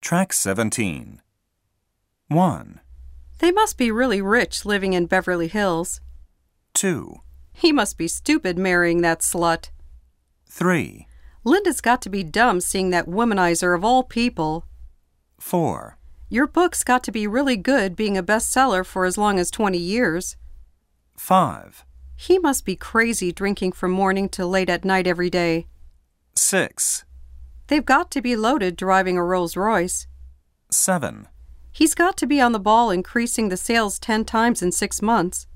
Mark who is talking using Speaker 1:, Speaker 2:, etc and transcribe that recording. Speaker 1: Track 17. 1,
Speaker 2: They must be really rich living in Beverly Hills.
Speaker 1: 2,
Speaker 2: He must be stupid marrying that slut.
Speaker 1: 3,
Speaker 2: Linda's got to be dumb seeing that womanizer of all people.
Speaker 1: 4,
Speaker 2: Your book's got to be really good being a bestseller for as long as 20 years.
Speaker 1: 5,
Speaker 2: He must be crazy drinking from morning till late at night every day.
Speaker 1: 6,
Speaker 2: They've got to be loaded driving a Rolls Royce.
Speaker 1: 7,
Speaker 2: He's got to be on the ball increasing the sales 10 times in six months.